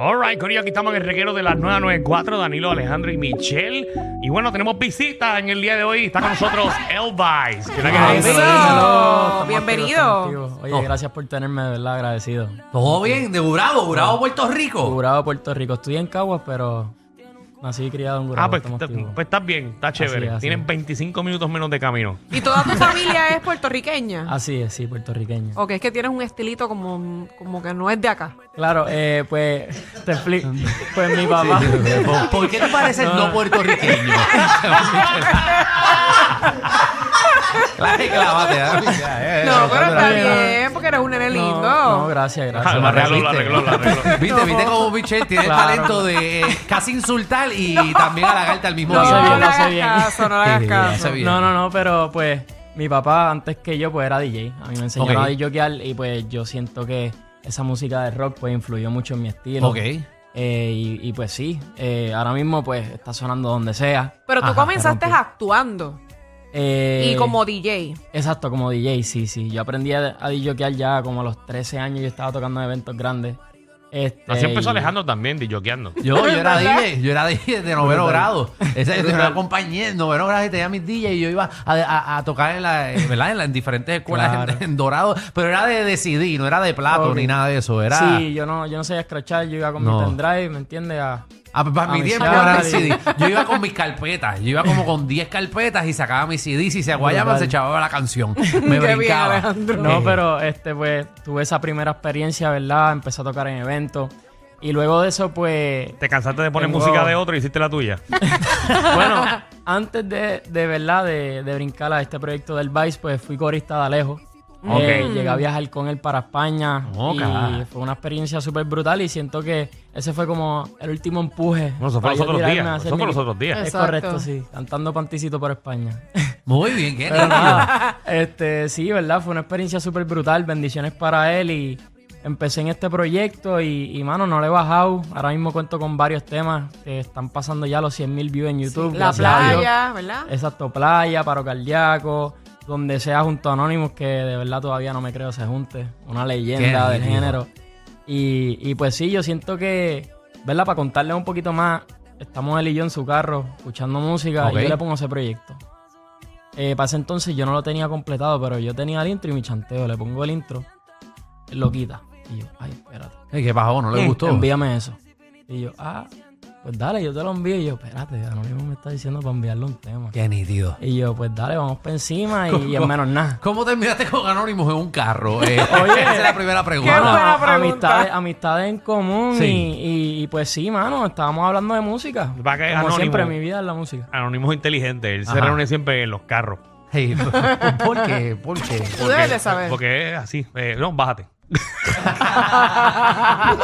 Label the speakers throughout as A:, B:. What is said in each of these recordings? A: All right, Corillo, aquí estamos en el reguero de las 994, Danilo, Alejandro y Michelle. Y bueno, tenemos visitas en el día de hoy. Está con nosotros Elvis. ¿Qué es la que hay?
B: Eso.
C: Dímelo.
B: Bienvenido.
C: Contigo. Oye, gracias por tenerme, de verdad, agradecido.
D: Todo bien, de Gurabo, Gurabo, Puerto Rico.
C: Curado Puerto Rico. Estoy en Caguas, pero nací y criado en Gurabo.
A: Ah, pues,
C: estamos
A: te-
C: activos.
A: pues estás bien, está chévere.
C: así.
A: Tienes 25 minutos menos de camino.
B: ¿Y toda tu familia es puertorriqueña?
C: Así es, sí, puertorriqueño.
B: Ok, es que tienes un estilito como, como que no es de acá.
C: Claro, eh, pues te explico. Pues mi papá.
D: ¿Por, por qué te pareces no puertorriqueño? Claro, y clávate, ¿eh? Ya, eh,
B: No, pero está
C: Alejandra.
B: bien, porque eres un nene lindo.
C: No, no, gracias,
A: Ah,
C: gracias.
A: lo arregló, lo arregló, lo arregló.
D: Viste, viste cómo Michelle tiene
C: Claro.
D: el talento de eh, casi insultar y también halagarte al mismo
B: No,
C: sé
B: no
C: bien,
B: le
C: no sé
B: hagas
C: bien.
B: caso, no le
D: Sí,
B: hagas
D: sí,
B: caso.
D: sí, bien.
C: No, no, no, pero pues mi papá antes que yo pues era DJ. A mí me enseñaron
D: Ok.
C: a DJear y pues yo siento que esa música de rock pues influyó mucho en mi estilo.
D: Ok.
C: Eh, y, y, pues sí, eh, ahora mismo pues está sonando donde sea.
B: Pero tú
C: Ajá,
B: comenzaste
C: te rompí.
B: actuando
C: Eh,
B: y como DJ.
C: Exacto, como DJ, sí, sí. Yo aprendí a, a DJear ya como a los 13 años, yo estaba tocando en eventos grandes. Este,
A: Así empezó
C: y-
A: Alejandro también, diyoqueando.
D: Yo, yo era DJ, yo era DJ de noveno grado. Esa yo era compañía, en noveno grado y tenía mis DJ y yo iba a, a- a tocar en, la, eh, ¿verdad? en, la- en diferentes escuelas
C: Claro.
D: en, en Dorado, pero era de, de CD, no era de plato
C: Ok.
D: ni nada de eso, era...
C: Sí, yo no, yo no sabía escrachar, yo iba con mi
D: No.
C: pendrive, ¿me entiendes? A-
D: Ah, pues, para
C: A
D: mi
C: mi
D: tiempo
C: Shari.
D: era el CD. Yo iba con mis carpetas. Yo iba como con 10 carpetas y sacaba mis CD. Si se guayaban,
C: Brutal.
D: se echaba la canción.
B: Qué
D: Me
B: bien,
D: brincaba.
B: Alejandro.
C: No, pero este, pues, tuve esa primera experiencia, ¿verdad? Empecé a tocar en eventos. Y luego de eso, pues,
A: Te cansaste de poner
C: Tengo-
A: música de otro y hiciste la tuya.
C: bueno, antes de, de verdad, de, de brincar a este proyecto del Vice, pues fui corista de Alejo.
A: Mm. Ok.
C: Eh, llegué a viajar con él para España
D: Oh,
C: y
D: carajo.
C: fue una experiencia súper brutal y siento que ese fue como el último empuje.
A: Bueno, eso fue
C: para
A: los
C: yo
A: otros
C: tirarme a
A: días.
C: hacer Eh.
A: Eso fue
C: mi-
A: los otros días.
C: Es
B: Exacto.
C: correcto, sí. Cantando panticito por España.
D: Muy bien, qué
C: Pero
D: nítido.
C: nada, este, sí, ¿verdad? Fue una experiencia súper brutal. Bendiciones para él y empecé en este proyecto y, y, mano, no le he bajado. Ahora mismo cuento con varios temas que están pasando ya los 100 mil views en YouTube.
B: La
C: gracias a Dios.
B: playa, ¿verdad?
C: Exacto, playa, paro cardíaco, donde sea junto a Anonymous, que de verdad todavía no me creo se junte. Una leyenda
D: Qué
C: del
D: nítido.
C: género. Y, y pues sí, yo siento que, ¿verdad? Para contarles un poquito más, estamos él y yo en su carro, escuchando música,
D: Ok.
C: y yo le pongo ese proyecto. Eh, para ese entonces yo no lo tenía completado, pero yo tenía el intro y mi chanteo, le pongo el intro, él lo quita. Y yo, ay, espérate.
D: Eh, ¿Qué pasó? ¿No le gustó?
C: Envíame eso. Y yo, ah, pues dale, yo te lo envío. Y yo, espérate, Anonymous me está diciendo para enviarle un tema.
D: Qué nítido.
C: Y yo, pues dale, vamos para encima y, y en menos nada.
D: ¿Cómo terminaste con Anónimos en un carro? Eh, esa es la primera
B: Qué
D: pregunta.
B: buena
C: a-
B: pregunta.
C: amistades, amistades en común
D: Sí.
C: y, y- y pues sí, mano, estábamos hablando de música.
A: Va que
C: Como
A: Anonymous-
C: siempre, mi vida es la música.
A: Anónimos inteligentes. Él se
D: Ajá.
A: reúne siempre en los carros.
D: Hey, ¿Por qué? ¿Por qué?
B: Tú debes de saber.
A: Porque es así. Eh, no, bájate. y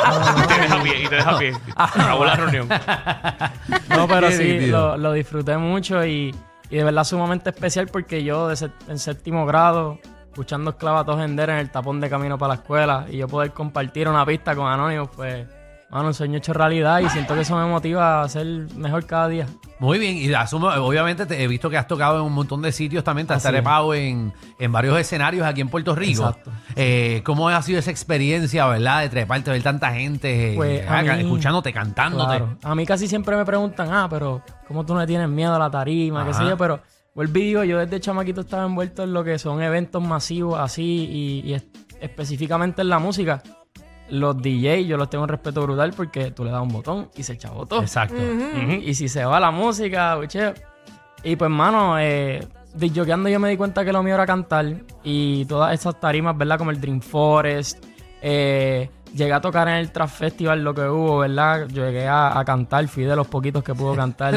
A: te deja pie, y te deja pie. Acabó la reunión.
C: No, pero
D: Qué
C: sí,
D: nítido.
C: lo, lo disfruté mucho y, y de verdad sumamente especial porque yo de sé- en séptimo grado, escuchando esclavatos gender en el tapón de camino para la escuela y yo poder compartir una pista con Anonymous, pues, mano, un sueño hecho realidad y siento que eso me motiva a ser mejor cada día.
D: Muy bien, y asumo, obviamente te he visto que has tocado en un montón de sitios también, te has
C: Así es.
D: trepado en, en varios escenarios aquí en Puerto Rico.
C: Exacto.
D: Eh, ¿Cómo ha sido esa experiencia, verdad, de treparte, ver tanta gente eh,
C: Pues, a
D: acá,
C: mí-
D: escuchándote, cantándote?
C: Claro. A mí casi siempre me preguntan, ah, pero ¿cómo tú no le tienes miedo a la tarima? ¿Qué sé
D: Ajá.
C: yo? Pero vuelvo y digo, yo desde chamaquito estaba envuelto en lo que son eventos masivos así y, y es- específicamente en la música. Los DJ yo los tengo un respeto brutal porque tú le das un botón y se echaba todo.
D: Exacto.
C: Y si se va la música, bucheo. Y pues, mano, eh, disjoqueando yo me di cuenta que lo mío era cantar. Y todas esas tarimas, ¿verdad? Como el Dream Forest, eh, llegué a tocar en el Trap Festival lo que hubo, ¿verdad? Yo llegué a, a cantar, fui de los poquitos que pudo cantar.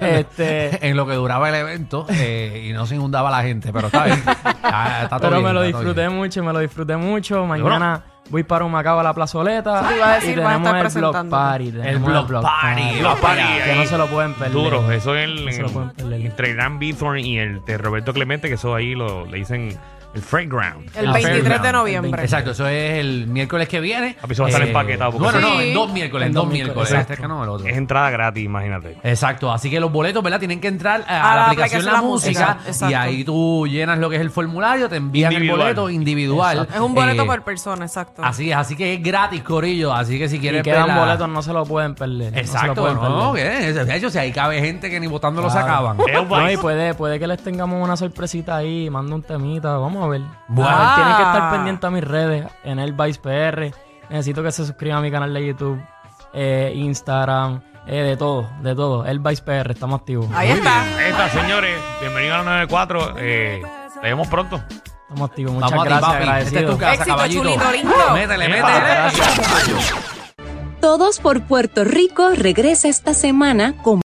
C: este,
D: en lo que duraba el evento eh, y no se inundaba la gente, pero está bien. Está- está todo
C: pero
D: bien,
C: me lo
D: está todo
C: disfruté
D: bien.
C: mucho, me lo disfruté mucho. Mañana voy para Humacao a la plazoleta.
B: Eso te iba a decir,
C: y
B: vas a
C: tenemos
B: estar
C: el block
B: presentando.
C: party. tenemos
D: block party, block party
C: Que no
A: ahí.
C: se lo pueden perder.
A: Duro, eso es el,
C: No se lo pueden perder.
A: entre Gran Bithorn y el de Roberto Clemente, que eso ahí lo, le dicen el freight ground.
B: El
D: Ah,
B: 23 de
D: fair.
B: noviembre.
D: Exacto, eso es el miércoles que viene. Eh,
A: Papi, eso va a estar empaquetado, porque
D: Bueno, no,
B: Sí.
D: en dos miércoles, en dos miércoles.
C: exacto.
D: Este que no, el otro.
A: Es entrada gratis, imagínate.
D: Exacto, así que los boletos, ¿verdad? Tienen que entrar a, la aplicación La Música
B: exacto.
D: y ahí tú llenas lo que es el formulario, te envían
A: Individual.
D: el boleto individual.
B: Es un boleto
D: Eh,
B: por persona, exacto.
D: Así es, así que es gratis, Corillo. Así que si
C: Y
D: quieres
C: quedan
D: ver la-
C: boletos, no se lo pueden perder. no se lo
D: Exacto,
C: pueden
D: no,
C: perder.
D: que es- de hecho, si ahí cabe gente que ni votando lo
C: Claro.
D: sacaban.
C: No, y
A: Elvis.
C: puede, puede que les tengamos una sorpresita ahí, manda un temita, vamos a ver.
D: Bueno.
C: A ver, tienen que
B: Ah.
C: estar pendientes a mis redes, en el Vice PR. Necesito que se suscriban a mi canal de YouTube, eh, Instagram, eh, de todo, de todo. El Vice PR, estamos activos.
B: Ahí está.
A: Ahí está, señores. Bienvenidos a la 94. Eh, te vemos pronto.
C: Estamos activos, muchas
D: Vamos a ti,
C: gracias,
D: papi. Esta es
C: agradecido.
D: tu casa,
B: Éxito,
D: caballito.
B: chulito, lindo.
D: Métele,
A: Epa.
D: métele.
E: Todos por Puerto Rico regresa esta semana con